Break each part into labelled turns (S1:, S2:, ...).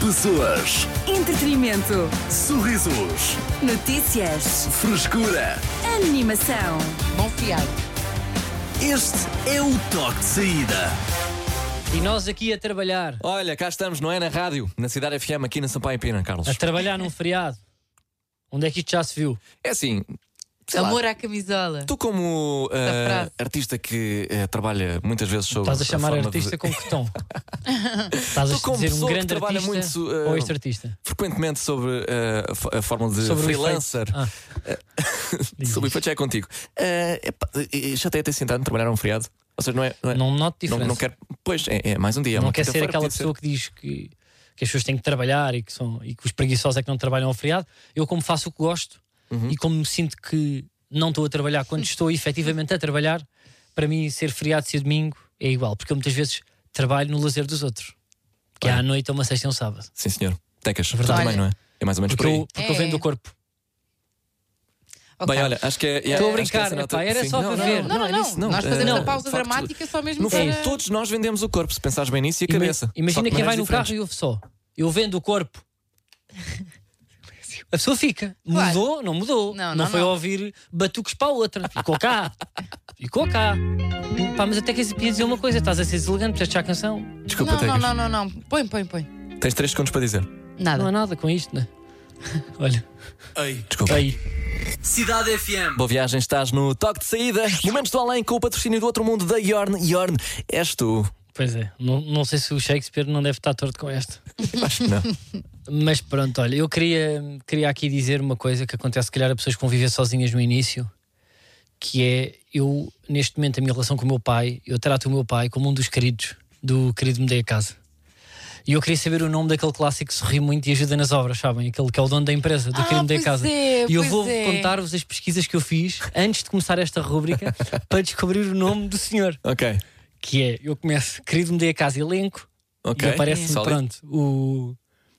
S1: Pessoas,
S2: Entretenimento.
S1: sorrisos,
S2: Notícias.
S1: frescura.
S2: Animação.
S3: Bom fiado.
S1: Este é o toque de saída.
S4: E nós aqui a trabalhar,
S5: Olha, cá estamos, não é? Na rádio, na Cidade FM, aqui na Sampaio Pina, Carlos.
S4: a trabalhar num feriado. Onde é que isto já se viu?
S5: É assim, sei lá,
S3: Amor à camisola.
S5: tu como eh,
S3: frase.
S5: artista que eh, trabalha muitas vezes sobre...
S4: Estás a chamar
S5: forma de-
S4: artista com que tom? Estás a
S5: Tu como
S4: dizer um
S5: pessoa que
S4: grande
S5: trabalha
S4: artista
S5: muito, eh,
S4: ou este artista?
S5: Frequentemente sobre eh, a f- a forma de
S4: Sobre o
S5: freelancer.
S4: efeito. Ah. Diz
S5: Sobre o
S4: isso.
S5: efeito já é contigo. Eh, epá, eh, já até ter sentado trabalhar um feriado. Ou seja, não é... Não, é,
S4: Não noto
S5: não,
S4: diferença.
S5: não quero... Pois, é, é mais um dia. é
S4: Não
S5: uma
S4: quer ser
S5: quinta-feira,
S4: aquela
S5: podia ser.
S4: pessoa que diz que, que as pessoas têm que trabalhar e que, são, e que os preguiçosos é que não trabalham ao feriado. Eu, como faço o que gosto
S5: Uhum.
S4: e como me sinto que não estou a trabalhar quando estou efetivamente a trabalhar, para mim ser feriado se domingo é igual, porque eu muitas vezes trabalho no lazer dos outros, que é à noite, a uma sexta e um sábado.
S5: Sim, senhor. Tecas, tu
S4: Verdade.
S5: também, não é? É mais ou menos
S4: Porque,
S5: por aí.
S4: eu, porque eu venho
S3: É.
S4: do corpo.
S3: Ó,
S5: Bem,
S3: Carlos.
S5: olha, acho que é.
S4: Estou a
S5: acho que
S4: brincar,
S5: essa nota-
S4: epá, era
S5: sim.
S4: só para ver.
S3: Não, não,
S5: é
S3: não.
S5: nisso,
S3: Nós fazemos
S5: Eh,
S3: a pausa
S5: de facto,
S3: dramática só mesmo
S5: No fundo,
S3: para-
S5: todos nós vendemos o corpo, se pensares bem nisso, e a
S4: É Ima-
S5: cabeça. Só
S4: Imagina
S5: de
S4: quem vai no
S5: maneiras
S4: carro e ouve só. Eu vendo o corpo. A pessoa fica.
S3: Claro.
S4: Mudou? Não mudou.
S3: Não, não,
S4: foi
S3: não.
S4: ouvir batuques para a outra. Ficou cá. Ficou cá. Pá, mas até que eu podia dizer uma coisa. Estás a ser deselegante, prestaste já a canção.
S5: diferentes. Desculpa,
S3: Não, não,
S5: Tecas.
S3: não, não, não. Põe, põe, põe.
S5: Tens 3 segundos para dizer.
S3: Nada.
S4: Não há nada com isto, né? Olha,
S5: Desculpa.
S4: aí.
S1: Cidade FM.
S5: Boa viagem, estás no toque de saída. Momentos do além com o patrocínio do outro mundo da Yorn. Yorn, és tu.
S4: Pois é. Não, não sei se o Shakespeare não deve estar torto com esta.
S5: Acho que não.
S4: Mas pronto, olha, eu queria, queria aqui dizer uma coisa que acontece, se calhar, a pessoas que vão viver sozinhas no início, que é eu, neste momento, a minha relação com o meu pai, eu trato o meu pai como um dos queridos, do querido me dei a casa. E eu queria saber o nome daquele clássico que sorri muito e ajuda nas obras, sabem? Aquele que é o dono da empresa, do
S3: Ah,
S4: querido me dei a
S3: pois
S4: casa.
S3: é,
S4: e eu
S3: pois
S4: vou
S3: é.
S4: contar-vos as pesquisas que eu fiz antes de começar esta rubrica para descobrir o nome do senhor.
S5: Ok.
S4: Que é, eu começo, querido me dei a casa elenco,
S5: Ok.
S4: e aparece-me,
S5: Sólido.
S4: pronto, o,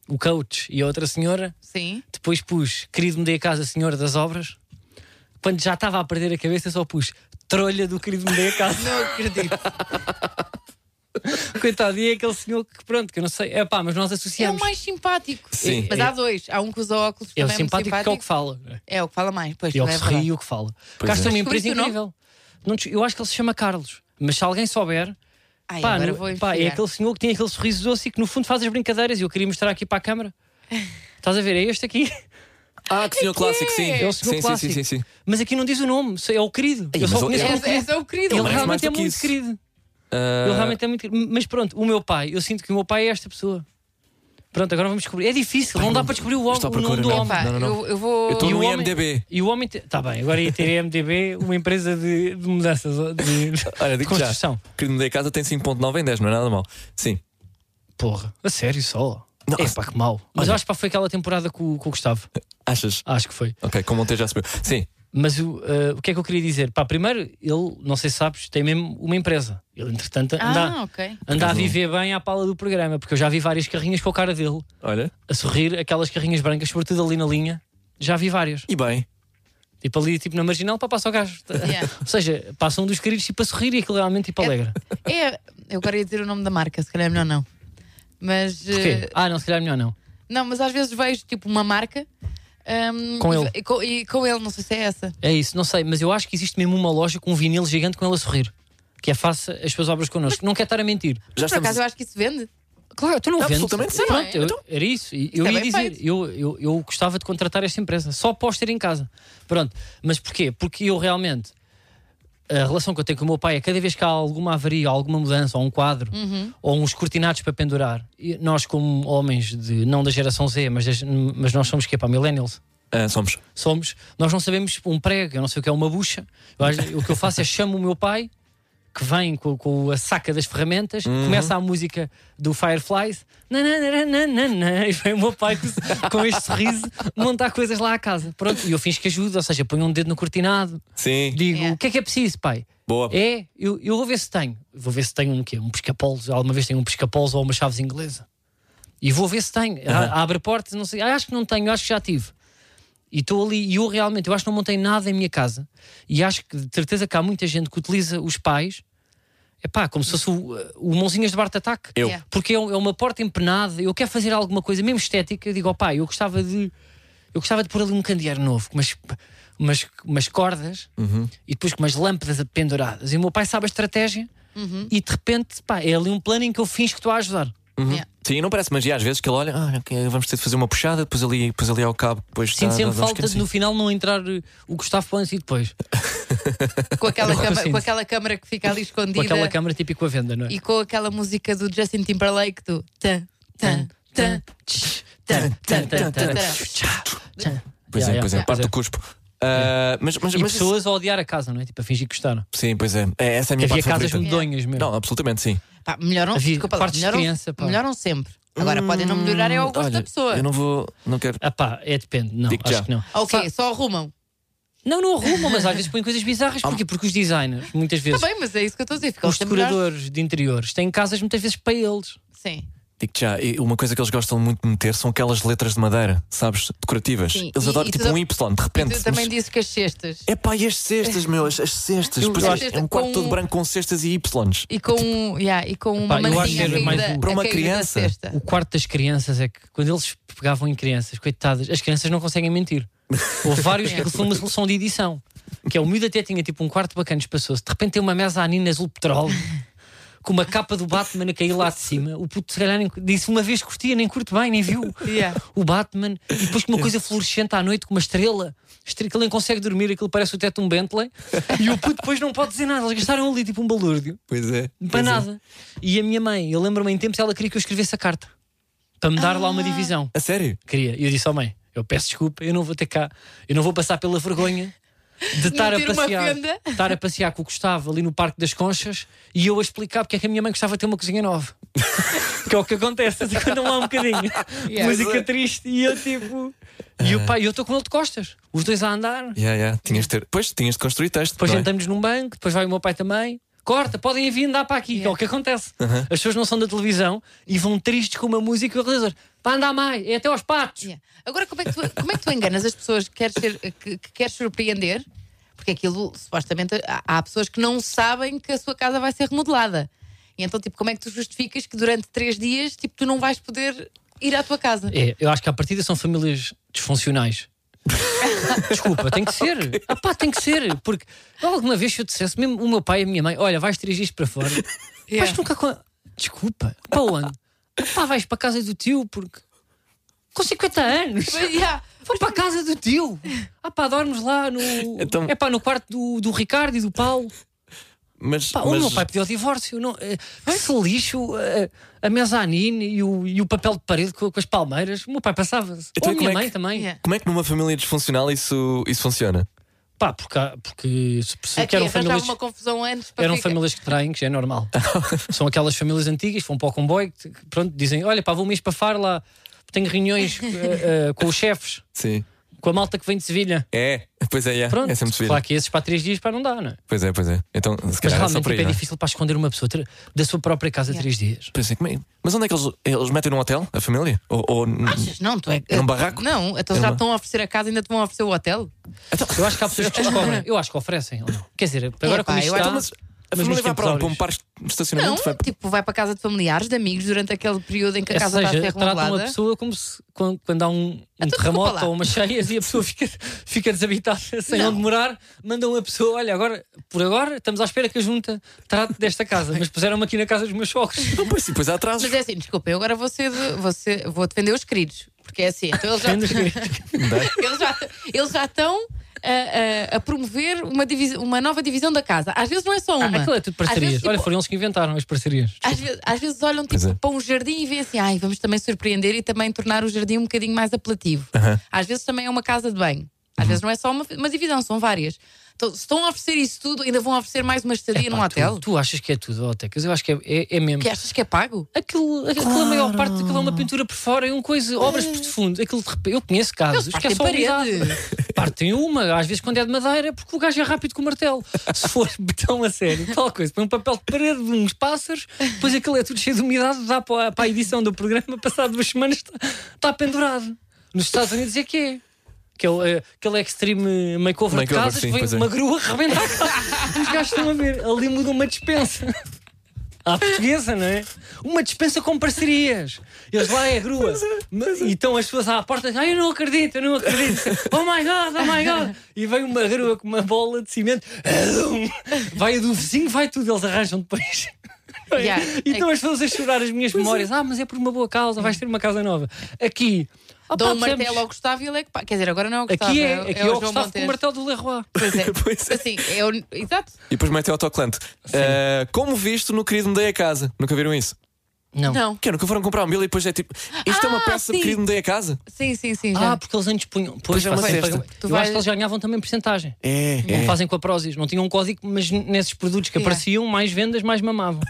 S4: o coach e a outra senhora.
S3: Sim.
S4: Depois pus Querido Me Dê a Casa Senhor das Obras. Quando já estava a perder a cabeça, só pus Trolha do Querido Me Dê a Casa.
S3: Não acredito.
S4: Coitado, e é aquele senhor que, pronto, que eu não sei. É pá, mas nós
S3: É o
S4: associamos.
S3: mais simpático.
S5: Sim.
S3: Mas há dois. Há um que usa óculos.
S4: É o
S3: também muito
S4: simpático que é o que fala. né?
S3: É o que fala mais. Pois,
S4: E é o que
S3: também é
S4: sorri e
S3: verdade.
S4: o que fala.
S5: Pois
S4: Cá
S5: é.
S4: está uma empresa
S3: Descobriste o
S4: incrível. Não des- eu acho que ele se chama Carlos. Mas se alguém souber,
S3: Ai,
S4: pá,
S3: agora
S4: no-
S3: vou
S4: pá, é
S3: enfiar.
S4: aquele senhor que tem aquele sorriso doce e que no fundo faz as brincadeiras. E eu queria mostrar aqui para a câmara. Estás a ver? É este aqui.
S5: Ah, que senhor clássico, sim.
S4: É o senhor
S5: sim, sim,
S4: clássico.
S5: sim, sim, sim.
S4: Mas aqui não diz o nome, é o querido.
S5: Ei,
S4: eu só
S5: mas o-
S4: conheço
S5: é-
S4: como
S3: É,
S4: querido.
S3: esse é o querido.
S4: Ele
S5: merece
S4: realmente
S5: mais do
S4: é
S5: que
S4: muito
S5: isso.
S4: querido.
S5: Ah,
S4: Ele realmente é muito. Mas pronto, o meu pai, eu sinto que o meu pai é esta pessoa. Pronto, agora vamos descobrir. É difícil, não dá para descobrir o, homem,
S5: estou à
S4: o
S5: procura,
S4: nome do
S5: não.
S4: homem.
S3: Pá,
S5: Não, não, não.
S3: Eu, eu
S5: Eu
S3: vou.
S5: estou
S4: E
S5: no
S4: o homem-
S5: IMDB.
S4: E o homem. Está bem, agora ia ter MDB, uma empresa de, de mudanças de,
S5: Olha,
S4: de
S5: digo já.
S4: construção.
S5: Querido, me dei a casa, tem 5.9 em 10, não é nada mal. Sim.
S4: Porra, a sério só.
S5: Não,
S4: É pá, que mal. Mas
S5: olha.
S4: acho que foi aquela temporada com, o- com o Gustavo.
S5: Achas?
S4: Acho que foi.
S5: Ok, como ontem já se viu. Sim.
S4: Mas o, eh, o que é que eu queria dizer? Pá, primeiro, ele, não sei se sabes, tem mesmo uma empresa. Ele, entretanto, anda,
S3: Ah, ok.
S4: anda a viver bem à pala do programa, porque eu já vi várias carrinhas com a cara dele.
S5: Olha.
S4: a sorrir, aquelas carrinhas brancas, sobretudo ali na linha, já vi várias.
S5: E bem.
S4: Tipo ali, tipo na marginal, para passa o gajo.
S3: Yeah.
S4: Ou seja, passa um dos queridos tipo a sorrir e aquilo realmente tipo alegra.
S3: É, eu agora ia dizer o nome da marca, se calhar é melhor não. Mas.
S4: Porquê?
S3: eh,
S4: Ah, não, se calhar melhor não.
S3: não, mas às vezes vejo tipo uma marca. ahm,
S4: Com
S3: e
S4: ele.
S3: ve- E com, e com ele, não sei se é essa.
S4: É isso, não sei, mas eu acho que existe mesmo uma loja com um vinil gigante com ela a sorrir. Que é faça as suas obras connosco. Não quer estar a mentir.
S5: Já
S3: Por
S5: estamos.
S3: acaso eu acho que isso vende.
S4: Claro, tu não
S5: Não,
S4: vendes.
S5: absolutamente sim.
S4: Pronto, eu-
S5: Então-
S4: era isso. E Eu
S3: é
S4: ia
S3: bem
S4: dizer,
S3: feito.
S4: eu, eu, eu gostava de contratar esta empresa, só após ter em casa. Pronto, mas porquê? Porque eu realmente, a relação que eu tenho com o meu pai é cada vez que há alguma avaria, alguma mudança, ou um quadro, ou uns cortinados para pendurar, e nós como homens, de, não da geração Z, mas, das- mas nós somos que é para millennials,
S5: Ah, somos.
S4: somos, nós não sabemos um prego, eu não sei o que é uma bucha. Eu acho- o que eu faço é chamo o meu pai, que vem com, com a saca das ferramentas, começa a música do Fireflies, nananana, e vem o meu pai com, com este sorriso montar coisas lá à casa. Pronto, e eu finjo que ajudo, ou seja, ponho um dedo no cortinado,
S5: Sim.
S4: digo
S3: Yeah.
S4: o que é que é preciso, pai?
S5: Boa.
S4: É, eu, eu vou ver se tenho. Vou ver se tenho um quê? Um piscapolos. Alguma vez tenho um piscapolos ou uma chaves inglesa. E vou ver se tenho. A- Abre a porta, não sei. Ah, acho que não tenho, acho que já tive. E estou ali, e eu realmente, eu acho que não montei nada em minha casa. E acho que de certeza que há muita gente que utiliza os pais É pá, como se fosse o, o Mãozinhas de Bar de Ataque.
S5: Eu.
S3: Yeah.
S4: Porque é, um- é uma porta empenada, eu quero fazer alguma coisa, mesmo estética. Eu digo, ó pá, eu gostava de. Eu gostava de pôr ali um candeeiro novo, com umas, umas, umas cordas e depois com umas lâmpadas penduradas. E o meu pai sabe a estratégia e de repente, pá, é ali um plano em que eu finjo que estou a ajudar.
S3: Yeah.
S5: Sim, não parece magia às vezes que ele olha, ah, ok, vamos ter de fazer uma puxada, depois ali, depois ali ao cabo, depois
S4: Sinto
S5: tá,
S4: sempre
S5: vamos
S4: falta de
S5: esquecer.
S4: no final não entrar eh, o Gustavo Ponce e depois.
S3: Com, aquela câmara,
S4: sinto.
S3: com aquela câmara que fica ali
S4: Com
S3: escondida
S4: aquela câmara típica à venda, não é?
S3: e com aquela música do Justin Timberlake do tan, tan, tan, tch, tan, tan, tan, tan, tan.
S5: Pois
S4: Yeah,
S5: é, pois é,
S4: yeah.
S5: parte
S4: Pois é.
S5: do cuspo. Ah, mas, mas,
S4: E
S5: mas isso-
S4: pessoas a odiar a casa, não é? Tipo, a fingir que gostaram. Tipo,
S5: Sim, pois é. É, Essa é a minha
S4: Havia
S5: parte
S4: casas
S5: favorita.
S4: medonhas mesmo.
S5: Não, absolutamente sim.
S3: Pá, melhoram,
S4: Havia
S3: desculpa lá,
S4: partes de
S3: melhoram,
S4: criança, pá.
S3: melhoram sempre. Agora podem não melhorar, é ao gosto
S5: Olha,
S3: da pessoa.
S5: Eu não vou, não quero.
S4: Ah pá, é depende. Não,
S5: Digo
S4: acho
S5: já.
S4: que não.
S3: Ah, Ok, só arrumam.
S4: Não, não arrumam, mas às vezes põem coisas
S5: Ah.
S4: bizarras. Porquê? Porque os designers, muitas vezes,
S3: Está bem, mas é isso que eu estou a dizer. Ficam
S4: os
S3: sempre melhores.
S4: decoradores de interiores, têm casas muitas vezes para eles.
S3: Sim.
S5: Digo já, e uma coisa que eles gostam muito de meter são aquelas letras de madeira, sabes? Decorativas.
S3: Sim,
S5: Eles
S3: e-
S5: adoram
S3: e
S5: tipo
S3: tu-
S5: um Y, de
S3: E
S5: repente.
S3: tu também
S5: mas-
S3: disse que as cestas.
S5: É pá, e as cestas, meu, as, as cestas.
S3: Eu
S5: Pois é,
S3: gosto.
S5: é um quarto
S3: Com-
S5: todo branco com cestas e Ys.
S3: E com, um- yeah, e com uma
S4: Pá, eu acho
S3: mantinha
S4: que era mais um-
S3: caída,
S5: Para uma
S3: a caída
S5: criança.
S3: da cesta.
S4: O quarto das crianças é que quando eles pegavam em crianças, coitadas, as crianças não conseguem mentir. Houve vários que aquilo foi uma solução de edição. Que é o miúdo até tinha tipo um quarto bacana espaçoso. De repente tem uma mesa anina azul petróleo. Com uma capa do Batman a cair lá de cima, o puto se calhar nem- disse uma vez que curtia, nem curte bem, nem viu
S3: Yeah.
S4: o Batman, e depois com uma coisa fluorescente à noite, com uma estrela, estrela que ele nem consegue dormir, aquilo parece o teto de um Bentley, e o puto depois não pode dizer nada. Eles gastaram ali tipo um balúrdio.
S5: Pois é.
S4: Para nada. E a minha mãe, eu lembro-me em tempos, ela queria que eu escrevesse a carta para me dar lá uma divisão.
S5: A sério?
S4: Queria. E eu disse: Ó mãe, eu peço desculpa, eu não vou ter cá, eu não vou passar pela vergonha de estar a
S3: ter uma
S4: passear.
S3: fenda."
S4: Estar a passear com o Gustavo ali no Parque das Conchas e eu a explicar porque é que a minha mãe gostava de ter uma cozinha nova. que é o que acontece, assim, quando lá um bocadinho.
S3: Yeah.
S4: Música triste e eu tipo. E o pai, eu estou com ele de costas, os dois a andar.
S5: Yeah, yeah. Tinhas de ter. Pois, tinhas de construir texto.
S4: Depois
S5: não é?
S4: sentamos num banco, depois vai o meu pai também. Corta, podem vir andar para aqui, que é o que acontece. As pessoas não são da televisão e vão tristes com uma música e o realizador. Para andar mais, é até aos patos.
S3: Yeah. Agora, como é, que tu, como é que tu enganas as pessoas que queres, ser- que, que queres surpreender? Porque aquilo, supostamente, há, há pessoas que não sabem que a sua casa vai ser remodelada. E então, tipo, como é que tu justificas que durante três dias, tipo, tu não vais poder ir à tua casa?
S4: É, eu acho que à partida são famílias disfuncionais. Desculpa, tem que ser. Ah pá, tem que ser. Porque alguma vez se eu dissesse, mesmo o meu pai e a minha mãe, olha, vais dirigir isto para fora.
S3: Yeah.
S4: Vais nunca. com- Desculpa, para onde? Ah pá, vais para a casa do tio, porque. Com 50 anos.
S3: Mas, yeah,
S4: Vou para a casa do tio. Ah pá, dormes lá no.
S5: Então-
S4: É pá, no quarto do, do Ricardo e do Paulo.
S5: Mas,
S4: Pá, O
S5: mas-
S4: meu pai pediu o divórcio. Não, eh, esse lixo, eh, a mezanine e o, e o papel de parede com, com as palmeiras. O meu pai passava-se. Ou
S5: Então,
S4: a
S5: e
S4: minha
S5: como é
S4: mãe
S5: que-
S4: também.
S3: Yeah.
S5: Como é que numa família disfuncional isso, isso funciona?
S4: Pá, porque, há- porque se, se,
S3: aqui
S4: que eram
S3: arranjava
S4: famílias.
S3: uma confusão antes para
S4: Eram
S3: ficar-
S4: famílias que traem, que já é normal. São aquelas famílias antigas, vão para o comboio, que, pronto, dizem: Olha, pá, vou me espafar lá, tenho reuniões eh, eh, com os chefes,
S5: Sim.
S4: com a malta que vem de Sevilha.
S5: É, pois é, yeah.
S4: Pronto,
S5: é
S4: claro
S5: sempre possível.
S4: que esses para três dias para não dar, não é?
S5: Pois é, pois é. Então, se
S4: Mas
S5: calhar é só
S4: realmente
S5: por aí.
S4: tipo, é
S5: não é?
S4: difícil para esconder uma pessoa ter- da sua própria casa
S3: Yeah.
S4: três dias.
S5: Pois é, como é? Mas onde é que eles, eles metem num hotel, a família? Ou, ou n-
S3: Achas? Não, tu é.
S5: É num barraco?
S3: Não, então
S5: É
S3: já
S5: uma-
S3: te estão a oferecer a casa, ainda te vão oferecer o hotel.
S5: Então,
S4: Eu acho que há pessoas que descobrem, eu acho que oferecem. Ou não. Quer dizer, agora
S3: Epá,
S4: como isto
S3: É eu acho-
S4: está, tipo
S5: Então, mas a
S4: mas
S5: família
S4: nos
S5: vai para onde? Para um
S4: tempos
S5: parque de
S3: Não,
S5: estacionamento? Vai-
S3: tipo, vai para a casa de familiares, de amigos, durante aquele período em que a
S4: ou
S3: casa está a
S4: seja,
S3: ser
S4: tratam a
S3: remodelada.
S4: pessoa como se quando, quando há um, um
S3: Então, desculpa
S4: terremoto
S3: lá.
S4: ou uma cheia e a pessoa fica, fica desabitada sem
S3: Não.
S4: onde morar, mandam a pessoa, olha, agora, por agora, estamos à espera que a junta trate desta casa, mas puseram-me aqui na casa dos meus sogros.
S5: Não, Então, pois, sim, pois há atrasos.
S3: Mas é assim, desculpa, eu agora vou, ser de- vou, ser- vou defender os queridos. Porque é assim, então eles já,
S4: Defende os queridos.
S3: eles já, eles já estão eh, a, a- a promover uma, divisi- uma nova divisão da casa. Às vezes não é só uma.
S4: Aquilo é tudo
S3: Às
S4: parcerias.
S3: vezes, tipo,
S4: Olha, foram eles que inventaram as parcerias.
S3: às vezes, às vezes olham
S5: Pois
S3: tipo,
S5: é.
S3: para um jardim e veem assim, ai, vamos também surpreender e também tornar o jardim um bocadinho mais apelativo. Às vezes também é uma casa de banho.
S5: Uhum.
S3: Às vezes não é só uma, uma divisão, são várias. Então, se estão a oferecer isso tudo, ainda vão oferecer mais uma estadia
S4: Pá,
S3: num hotel?
S4: Tu, tu achas que é tudo, ó, Tecas? Eu acho que é, é, é mesmo.
S3: Que achas que é pago?
S4: Aquilo, aquela maior parte daquilo é uma pintura por fora, é uma coisa, obras por de fundo. Aquilo de repente, eu conheço casos
S3: Eles
S4: que é só
S3: partem
S4: umidade.
S3: parede.
S4: Partem uma, às vezes quando é de madeira, porque o gajo é rápido com o martelo. Se for betão a sério, tal coisa, põe um papel de parede, uns pássaros, depois aquilo é tudo cheio de umidade, dá para a, para a edição do programa, passado duas semanas está, está pendurado. Nos Estados Unidos é que é. Aquele, eh, aquele extreme makeover, de
S5: Makeover,
S4: casas,
S5: sim,
S4: vem
S5: pois é.
S4: uma grua, rebenta a casa. Os gajos estão a ver, ali muda uma dispensa. À portuguesa, não é? Uma dispensa com parcerias. Eles lá é a grua. E estão as pessoas à porta ah, eu não acredito, eu não acredito. Oh my God, oh my God. E vem uma grua com uma bola de cimento. Vai a do vizinho, vai tudo. Eles arranjam depois.
S5: Então,
S3: Yeah.
S4: E estão as pessoas a chorar as minhas memórias. Ah, mas é por uma boa causa, vais ter uma casa nova. Aqui. Ah,
S3: Dou
S4: pá,
S3: um
S4: percebes?
S3: martelo ao Gustavo e ele é que. pá- Quer dizer, agora não é o Gustavo.
S4: Aqui
S3: é,
S4: é, aqui é,
S3: o
S4: o
S3: João
S4: Gustavo com o
S3: Monteiro.
S4: martelo do Leroy.
S3: Pois é.
S5: Pois é.
S3: Assim, é o- Exato.
S5: E depois mete o autoclante. Eh, como visto no Querido Me Dei a Casa. Nunca viram isso?
S3: Não.
S5: Que é, nunca foram comprar um mil e depois é tipo. Isto é uma
S3: Ah,
S5: peça
S3: sim.
S5: de Querido Me Dei a Casa?
S3: Sim, sim, sim. Já.
S4: Ah, porque eles antes punham.
S5: Pois
S4: Pois,
S5: é, uma
S4: pá, sempre
S5: cesta.
S4: pagam-
S3: Tu
S4: Eu
S3: vais-
S4: acho que eles ganhavam também porcentagem.
S5: É,
S4: Como
S5: é.
S4: fazem com a Prozis. Não tinham um código, mas nesses produtos que
S3: Yeah.
S4: apareciam, mais vendas, mais mamavam.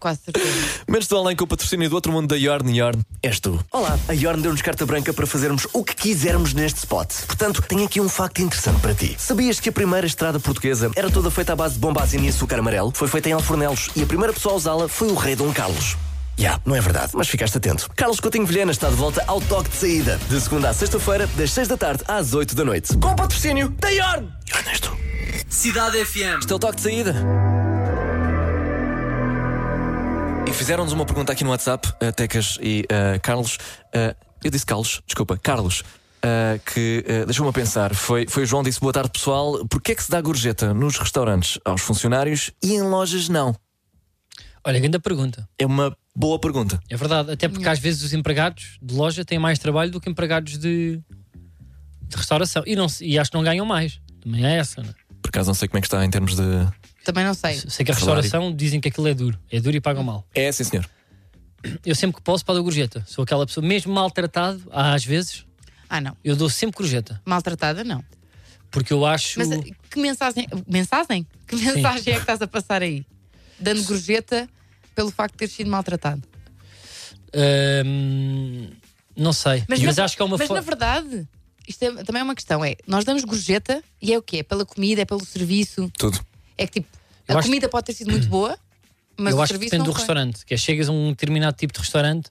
S3: Quase certeza.
S5: Menos do além com o patrocínio do outro mundo da Yorn Yorn. És tu.
S6: Olá, a Yorn deu-nos carta branca para fazermos o que quisermos neste spot. Portanto, tenho aqui um facto interessante para ti. Sabias que a primeira estrada portuguesa era toda feita à base de bombazina e açúcar amarelo? Foi feita em Alfornelos e a primeira pessoa a usá-la foi o rei Dom Carlos. Já, não é verdade, mas ficaste atento. Carlos Coutinho Vilhena está de volta ao toque de saída, de segunda à sexta-feira, das seis da tarde às oito da noite. Com o patrocínio da Yorn! Yorn és tu.
S1: Cidade FM.
S5: Este é o toque de saída. E fizeram-nos uma pergunta aqui no WhatsApp, eh, Tecas e eh, Carlos. Eh, eu disse Carlos, desculpa, Carlos. eh, que eh, deixou-me a pensar. Foi, foi o João que disse: Boa tarde, pessoal. Porquê é que se dá gorjeta nos restaurantes aos funcionários e em lojas não?
S4: Olha, grande pergunta.
S5: É uma boa pergunta.
S4: É verdade, até porque às vezes os empregados de loja têm mais trabalho do que empregados de, de restauração. E, não, se- e acho que não ganham mais. Também é essa, não é?
S5: Por acaso não sei como é que está em termos de.
S3: Também não sei.
S4: Sei que a
S5: Salário.
S4: restauração dizem que aquilo é duro. É duro e pagam mal.
S5: É, sim, senhor.
S4: Eu sempre que posso, para dar gorjeta. Sou aquela pessoa, mesmo maltratado, às vezes,
S3: Ah, não.
S4: eu dou sempre gorjeta.
S3: Maltratada, não.
S4: Porque eu acho.
S3: Mas eh, que mensagem. Mensagem? Que mensagem é que estás a passar aí? Dando gorjeta pelo facto de ter sido maltratado.
S4: Hum, não sei. Mas,
S3: na-
S4: acho que é uma
S3: mas
S4: fo-
S3: na verdade, isto é- também é uma questão. É, nós damos gorjeta e é o quê? É pela comida, é pelo serviço.
S5: Tudo.
S3: É que tipo,
S4: Eu
S3: a
S4: acho-
S3: comida pode ter sido muito boa, mas
S4: eu
S3: o
S4: acho que
S3: serviço
S4: depende
S3: não
S4: do
S3: foi.
S4: restaurante. Que é, chegas a um determinado tipo de restaurante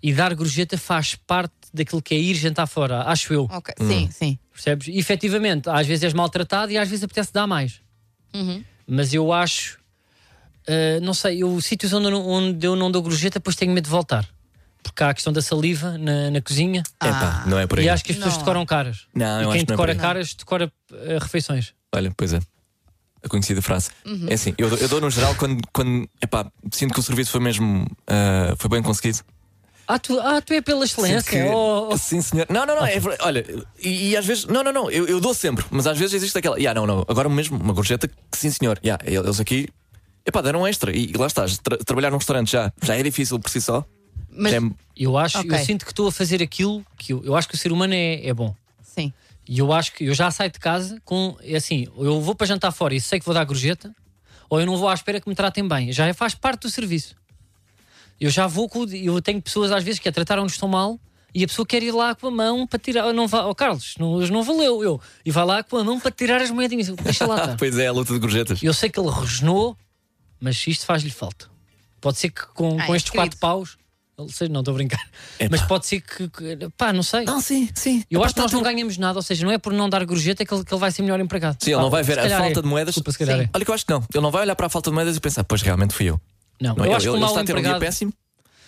S4: e dar gorjeta faz parte daquilo que é ir jantar fora, acho eu.
S3: Ok, Sim, sim.
S4: Percebes? E efetivamente, às vezes és maltratado e às vezes apetece dar mais.
S3: Uhum.
S4: Mas eu acho. ah, não sei, eu, sítios onde, eu não- onde eu não dou gorjeta, depois tenho medo de voltar. Porque há a questão da saliva na, na cozinha
S5: Epá, não é por aí.
S4: e acho que as pessoas
S3: Não.
S4: decoram caras.
S5: Não,
S4: e quem
S5: eu acho que não é por
S4: decora
S5: aí.
S4: caras, decora ah, refeições.
S5: Olha, pois é. A conhecida frase.
S4: Uhum.
S5: É assim, eu, dou- eu dou no geral quando, quando epá, sinto que o serviço foi mesmo. ah, foi bem conseguido.
S4: Ah, tu, ah, tu é pela excelência.
S5: Sinto que-
S4: oh, oh.
S5: Sim, senhor. Não, não, não. é verdade. olha, e, e às vezes. Não, não, não. Eu, eu dou sempre, mas às vezes existe aquela. Yeah, não, não. Agora mesmo, uma gorjeta que sim, senhor. Yeah, eles aqui. Epá, deram um extra. E, e lá estás. tra- trabalhar num restaurante já, já é difícil por si só.
S3: Mas,
S5: Já é-
S4: Eu acho,
S3: Ok.
S4: eu sinto que estou a fazer aquilo que eu, eu acho que o ser humano é, é bom.
S3: sim.
S4: E eu acho que eu já saio de casa com é assim, eu vou para jantar fora e sei que vou dar gorjeta, ou eu não vou à espera que me tratem bem. Já é- faz parte do serviço. Eu já vou com o- eu tenho pessoas às vezes que a trataram-nos tão mal e a pessoa quer ir lá com a mão para tirar, "Oh, não vá, oh, Carlos, não, hoje não valeu eu. E vai lá com a mão para tirar as moedinhas, Eu, deixa lá estar.
S5: Pois é, a luta de gorjetas.
S4: Eu sei que ele rosnou, mas isto faz-lhe falta. Pode ser que com,
S3: Ai,
S4: com estes
S3: querido.
S4: quatro paus. ele seja- Não, estou a brincar.
S5: Epá.
S4: Mas pode ser que. que- Pá, não sei.
S5: Não, Ah, sim, sim.
S4: eu
S5: Epá,
S4: acho que
S5: tá
S4: nós não
S5: tudo-
S4: ganhamos nada, ou seja, não é por não dar gorjeta que ele, que ele vai ser melhor empregado.
S5: Sim, ele não
S4: Ah,
S5: vai
S4: se
S5: ver a
S4: calhar
S5: falta
S4: é.
S5: de moedas.
S4: Desculpa, se calhar
S5: Sim.
S4: é.
S5: Olha, que eu acho que não. Ele não vai olhar para a falta de moedas e pensar, pois realmente fui eu.
S4: Não,
S5: Não,
S4: eu
S5: ele-
S4: acho que
S5: ele
S4: um mau
S5: está a ter um dia
S4: empregado,
S5: péssimo.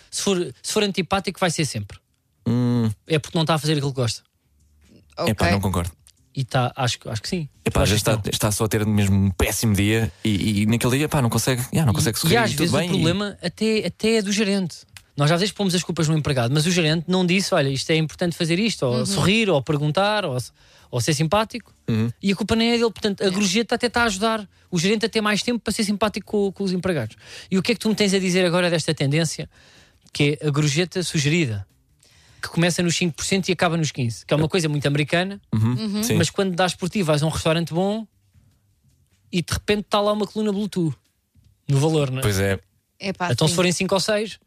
S4: se, for, se for antipático, vai ser sempre.
S5: Hum.
S4: É porque não está a fazer aquilo que gosta.
S3: Ok.
S5: Epá, não concordo.
S4: E está, acho, que- acho que sim. Tu
S5: Epá, já
S4: achas que
S5: está,
S4: não?
S5: está só a ter mesmo um péssimo dia e, e naquele dia, pá, não consegue, yeah, não consegue
S4: E-
S5: sorrir
S4: E às
S5: tudo
S4: vezes o
S5: bem. e-
S4: problema até, até é do gerente. Nós às vezes pomos as culpas no empregado, mas o gerente não disse: olha, isto é importante fazer isto, ou sorrir, ou perguntar, ou, ou ser simpático.
S5: Uhum.
S4: E a culpa nem é dele. Portanto, a gorjeta até está a ajudar o gerente a ter mais tempo para ser simpático com, com os empregados. E o que é que tu me tens a dizer agora desta tendência, que é a gorjeta sugerida, que começa nos 5% e acaba nos 15%, que é uma coisa muito americana,
S5: Uhum. Sim.
S4: mas quando dás por ti, vais a um restaurante bom e de repente está lá uma coluna Bluetooth no valor, não é?
S5: Pois é,
S3: Epá,
S4: Então, se
S3: Ah, sim.
S4: forem 5 ou 6,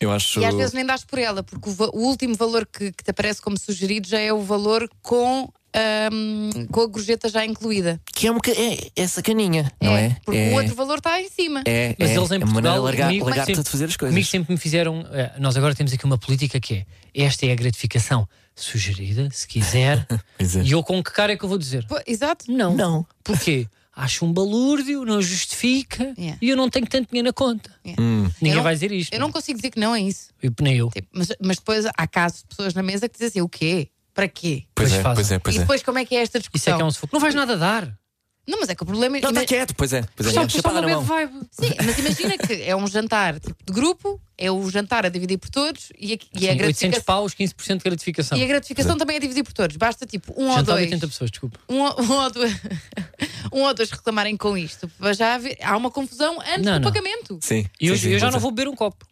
S5: eu acho.
S3: E às vezes nem dás por ela, porque o, va- o último valor que, que te aparece como sugerido já é o valor com, ahm, com a gorjeta já incluída.
S5: Que é um bocadinho. É, é sacaninha, não é?
S3: Porque
S5: é,
S3: o outro valor está em cima.
S5: É,
S4: mas
S5: é,
S4: eles em
S5: é uma maneira
S4: Portugal,
S5: largar,
S4: comigo,
S5: lagarta
S4: sempre,
S5: de fazer as
S4: comigo
S5: coisas.
S4: sempre me fizeram. eh, Nós agora temos aqui uma política que é: esta é a gratificação sugerida, se quiser.
S5: Pois é.
S4: e eu com que cara é que eu vou dizer?
S3: Pô, exato.
S4: Não.
S5: Não.
S4: Porquê? Acho um balúrdio, não justifica
S3: Yeah.
S4: e eu não tenho tanto dinheiro na conta.
S3: Yeah.
S4: Ninguém
S3: É. Eu não-
S4: vai dizer isto.
S3: Eu não consigo dizer que não é isso.
S4: Eu- nem eu.
S3: Tipo, mas, mas depois há casos de pessoas na mesa que dizem assim: o quê? Para quê?
S5: Pois
S4: Pois
S5: é,
S4: fazem.
S5: pois é, pois
S3: e
S5: é.
S3: depois como é que é esta
S4: Isso é
S3: discussão?
S4: que é um sufoco. Não vais nada dar.
S3: Não, mas é que o problema
S5: Não, está
S3: ima-
S5: quieto, pois é, pois é.
S4: Só-
S5: Chapada
S4: só
S5: na mão.
S4: uma bad vibe.
S3: Sim, mas imagina que é um jantar tipo de grupo, é o jantar a dividir por todos e a, e a
S4: Sim, 800
S3: gratificação,
S4: Assim, paus, 15% de gratificação.
S3: e a gratificação também é dividir por todos. Basta tipo um ou
S4: Jantar de
S3: dois.
S4: 80 pessoas, desculpa.
S3: Um, ou- um ou dois, um ou dois reclamarem com isto. Para já haver, há uma confusão antes
S4: Não,
S3: do
S4: não.
S3: pagamento.
S5: Sim.
S4: E
S5: sim,
S4: hoje
S5: sim,
S4: eu já
S5: pois
S4: não
S5: é.
S4: vou beber um copo.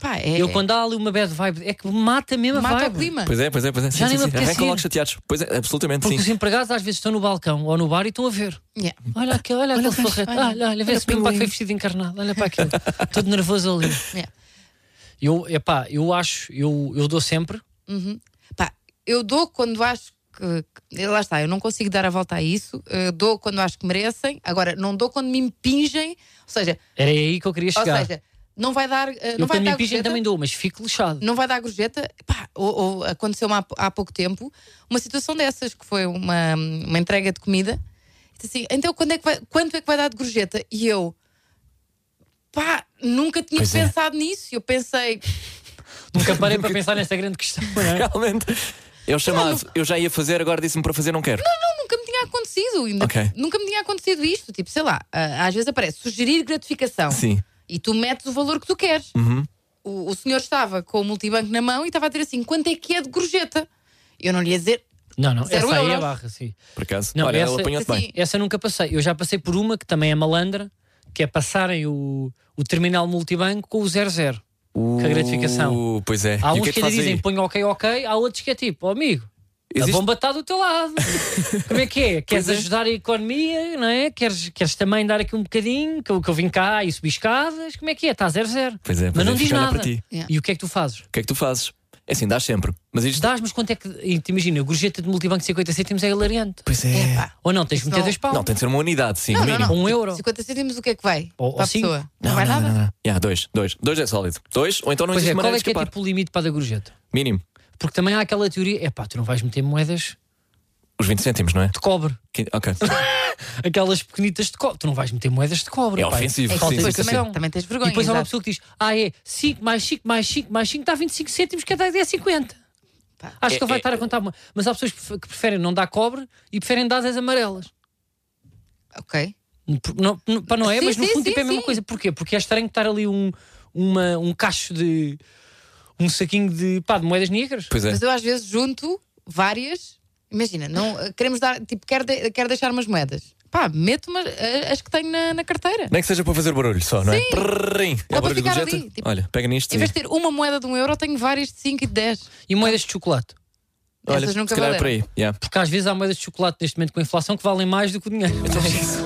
S3: Pá, é,
S4: Eu quando há ali uma bad vibe, é que mata mesmo a
S3: mata
S4: vibe.
S3: o clima.
S5: Pois é, pois é, pois é. Sim,
S4: Já
S5: sim,
S4: nem me
S5: sim.
S4: apetece
S5: Arrancam logo
S4: ir.
S5: chateados. Pois é, absolutamente,
S4: Porque
S5: sim.
S4: os empregados às vezes estão no balcão ou no bar e estão a ver.
S3: Yeah.
S4: Olha aquele, olha, aquele
S3: gajo,
S4: forreto.
S3: olha,
S4: Olha, olha, vê-se mesmo para que foi vestido encarnado. Olha para aquilo. Todo nervoso ali.
S3: Yeah.
S4: Eu, epá, eu acho, eu, eu dou sempre.
S3: Pá, eu dou quando acho que. que- Lá está, eu não consigo dar a volta a isso. Eu dou quando acho que merecem. Agora, não dou quando me impingem. Ou seja,
S4: Era aí que eu queria
S3: ou
S4: chegar.
S3: seja não vai dar. eh,
S4: eu
S3: Não vai
S4: quando me
S3: dar
S4: impingem
S3: gorjeta.
S4: também dou, mas fico lixado.
S3: não vai dar gorjeta. Pá, ou, ou aconteceu-me há, pou- há pouco tempo uma situação dessas, que foi uma, uma entrega de comida. Disse assim, então quando é que vai, quanto é que vai dar de gorjeta? E eu, pá, nunca tinha
S5: Pois é.
S3: pensado nisso. Eu pensei,
S4: Nunca parei para pensar nesta grande questão. não é?
S5: Realmente. É o chamado. Eu já ia fazer, agora disse-me para fazer, não quero.
S3: nunca me tinha acontecido. Ainda,
S5: Ok.
S3: Nunca me tinha acontecido isto. Tipo, sei lá, ah, às vezes aparece sugerir gratificação.
S5: Sim. Uhum.
S3: E tu metes o valor que tu queres. O, o senhor estava com o multibanco na mão e estava a dizer assim, quanto é que é de gorjeta? Eu não lhe ia dizer,
S4: Não, não,
S3: Zero
S4: essa aí é
S3: euros.
S4: barra, sim.
S5: Por acaso.
S4: Não,
S5: Olha,
S4: essa-
S5: ela apanhou-te
S3: Assim,
S5: bem.
S4: Essa eu nunca passei. Eu já passei por uma que também é malandra, que é passarem o, o terminal multibanco com o 00. Que a gratificação.
S5: Uh, Pois é.
S4: Há
S5: e o
S4: uns
S5: que
S4: que,
S5: é que
S4: ainda
S5: fazes
S4: dizem
S5: aí?
S4: põe ok, ok, há outros que é tipo, oh, amigo,
S5: Existe-
S4: a bomba está do teu lado. Como é que é? Queres
S5: Pois é.
S4: ajudar a economia, não é? Queres, queres também dar aqui um bocadinho, que eu, que eu vim cá e subi escadas? Como é que é? Está 00.
S5: Pois é, pois
S4: Mas
S5: é,
S4: não diz
S5: fica a olhar
S4: nada.
S5: para ti.
S3: Yeah.
S4: E o que é que tu fazes?
S5: O que é que tu fazes? É assim, dás sempre. Mas isto
S4: Dás, mas quanto é que. e te Imagina, a gorjeta de multibanco de 50 cêntimos é hilariante.
S5: Pois é.
S3: pá,
S4: Ou não, tens que meter
S3: Não.
S4: dois pau.
S5: Não, tem de ser uma unidade, sim, no
S3: não,
S5: mínimo.
S3: não.
S4: Um euro.
S3: 50 cêntimos, o que é que vai?
S4: Ou-
S3: para
S4: ou
S3: a
S4: sim.
S3: pessoa? Não, vai nada?
S5: Yeah, dois, dois. Dois é sólido. Dois, ou então não
S4: Pois
S5: existe
S4: é, qual
S5: maneira
S4: é
S5: de
S4: que é
S5: escapar.
S4: tipo o limite para a da gorjeta?
S5: Mínimo.
S4: Porque também há aquela teoria, é pá, tu não vais meter moedas
S5: Os 20 cêntimos, não é?
S4: de cobre.
S5: Quin- Ok. É
S4: Aquelas pequenitas de cobre. Tu não vais meter moedas de cobre.
S5: É
S4: pá.
S5: ofensivo,
S4: Falta de
S5: sim, sim,
S3: Depois
S5: sim.
S4: educação.
S3: também, também tens vergonha.
S4: E depois há uma pessoa
S3: exato.
S4: que diz: Ah, é 5 mais 5 mais 5 mais 5 dá 25 cêntimos, que é 50.
S3: Pá.
S4: Acho
S5: É,
S4: que ele vai
S5: é,
S4: estar a contar. uma- Mas há pessoas que pref- que preferem não dar cobre e preferem dar as amarelas.
S3: Ok.
S4: Por- Não, não, pá, não é?
S3: Sim,
S4: mas no
S3: sim,
S4: fundo
S3: sim,
S4: tipo, é a mesma
S3: sim.
S4: coisa. Porquê? Porque é estranho estar ali um, uma, um cacho de. um saquinho de, pá, de moedas negras.
S5: Pois é.
S3: Mas eu às vezes junto várias. Imagina, não, eh, queremos dar, tipo, quero, de- quero deixar umas moedas. Pá, meto umas, eh, as que tenho na, na carteira.
S5: Nem que seja para fazer barulho só, não é? Prrrrim. É
S3: Dá
S5: o
S3: para
S5: barulho do
S3: Então ficar
S5: jet.
S3: ali, tipo-
S5: Olha, pega nisto.
S3: Em
S5: e-
S3: vez de ter uma moeda de um euro, tenho várias de 5 e de 10.
S4: E moedas de chocolate.
S5: Olha,
S3: Essas
S5: se
S3: nunca
S5: calhar é por
S3: valeram.
S5: aí. Yeah.
S4: Porque às vezes há moedas de chocolate neste momento com a inflação que valem mais do que o dinheiro.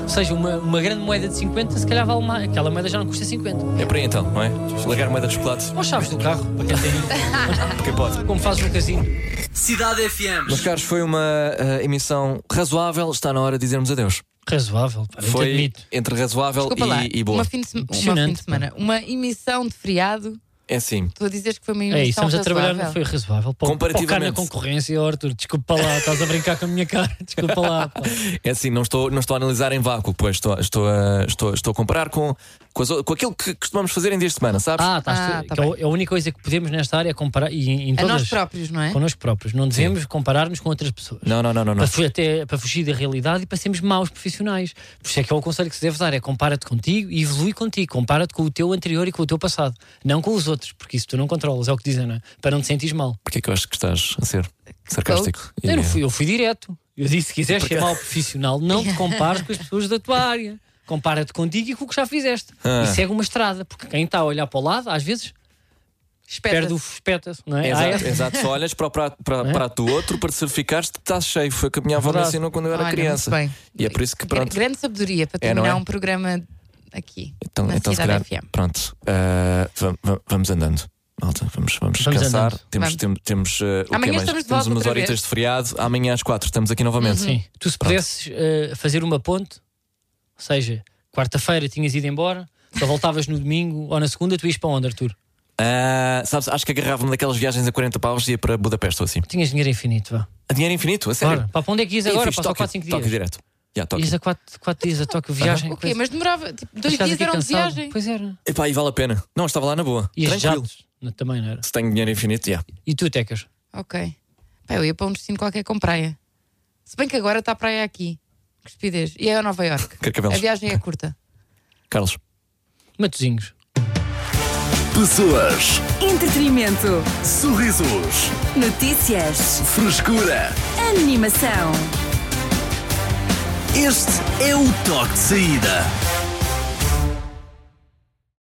S4: Ou seja, uma, uma grande moeda de 50 se calhar vale mais. Aquela moeda já não custa 50.
S5: É por aí então, não é? Largar moeda de chocolate,
S4: Ou chaves do carro, para quem tem,
S5: porque pode.
S4: como fazes no casino.
S1: Cidade FM.
S5: Meus caros, foi uma eh, emissão razoável. Está na hora de dizermos adeus.
S4: Razoável, pá, eu te
S5: Foi
S4: admito.
S5: entre razoável
S3: Desculpa lá,
S5: Oh, e, e boa.
S3: uma fim de, se- uma fim
S4: Impressionante,
S3: de semana. Uma emissão de feriado.
S5: É assim.
S3: Estou a dizer que foi uma emissão
S4: É isso, estamos a trabalhar,
S3: razoável.
S4: não foi razoável. Pá,
S5: Comparativamente.
S4: Pá, cá na concorrência, ó, Arthur, desculpa lá, estás a brincar com a minha cara, desculpa lá. pá.
S5: É assim, não estou, não estou a analisar em vácuo, pois estou, estou, a, estou, estou a comparar com, com, as o- com aquilo que costumamos fazer em dias de semana, sabes?
S4: Ah, estás
S3: Ah, tá
S4: que é o- é a única coisa que podemos nesta área é comparar e em, em
S3: A
S4: todas,
S3: nós próprios, não é?
S4: connosco próprios. Não devemos comparar-nos com outras pessoas.
S5: Não, não, não, não. não.
S4: Para, fu- até, para fugir da realidade e para sermos maus profissionais. Por isso é que é o conselho que se deve dar: é compara-te contigo e evolui contigo. Compara-te com o teu anterior e com o teu passado. Não com os outros, porque isso tu não controlas, é o que dizem, não é? Para não te sentires mal.
S5: Porque é que eu acho que estás a ser sarcástico? E, é.
S4: Eu, não fui, eu fui direto. Eu disse: se quiseres ser mal profissional, não te compares com as pessoas da tua área. Compara-te contigo e com o que já fizeste.
S5: Ah.
S4: E segue uma estrada, porque quem está a olhar para o lado, às vezes,
S3: Espera.
S4: perde o espeta-se, não
S5: eh,
S4: é? Ah,
S5: Exato,
S4: é?
S5: exato. Só olhas para o prato, para,
S4: É?
S5: prato do outro para certificares que estás cheio. Foi o que a minha avó me
S4: Verdade.
S5: ensinou quando eu era
S3: Olha, muito
S5: criança.
S3: bem.
S5: E é por isso que
S3: Gra-
S5: pronto.
S3: Grande sabedoria para
S5: É, não
S3: terminar
S5: é?
S3: um programa aqui.
S5: Então,
S3: na
S5: então se calhar,
S3: Cidade FM.
S5: pronto, eh, vam- vam- vamos andando. Malta, vamos, vamos
S4: Vamos
S5: descansar.
S4: andando.
S5: Temos,
S3: Vamos.
S5: temos, temos, eh, o que é
S3: Amanhã
S5: mais?
S3: estamos de
S5: temos
S3: volta
S5: umas
S3: outra
S5: horitas
S3: vez. Uhum.
S5: de feriado. Amanhã às quatro estamos aqui novamente.
S4: Sim. Uhum. Tu se pudesses eh, fazer uma ponte, ou seja, quarta-feira tinhas ido embora, só voltavas no domingo ou na segunda, tu ias para onde, Arthur?
S5: Ah, sabes, acho que agarrava-me daquelas viagens a 40 paus e ia para Budapeste ou assim.
S4: Tinhas dinheiro infinito, vá.
S5: A dinheiro infinito, a sério.
S4: Ora, pá, para onde é que ias
S5: E
S4: agora?
S5: fiz
S4: Para só
S5: Tóquio,
S4: 4, 5
S5: Tóquio
S4: dias.
S5: direto. Yeah, Tóquio.
S4: Ias a 4 dias a Tóquio, viagem.
S3: O quê?
S4: coisa.
S3: Mas demorava. Tipo, dois
S4: Estás
S3: dias
S4: aqui
S3: eram de
S4: é cansado.
S3: viagem.
S4: Pois era.
S5: Epá, e vale a pena. Não, estava lá na boa.
S4: E as
S5: Tranquilo.
S4: jatos não, também não era.
S5: Se tenho dinheiro infinito, yeah.
S4: E tu, Tecas?
S3: Ok. Pá, eu ia para um destino qualquer com praia. Se bem que agora está a praia aqui. Que estupidez. E é a Nova York.
S5: Carcavelos.
S3: A viagem é curta.
S5: Carlos.
S4: Matozinhos.
S6: Pessoas,
S2: Entretenimento.
S6: sorrisos,
S2: Notícias.
S6: frescura.
S2: Animação.
S6: Este é o toque de saída.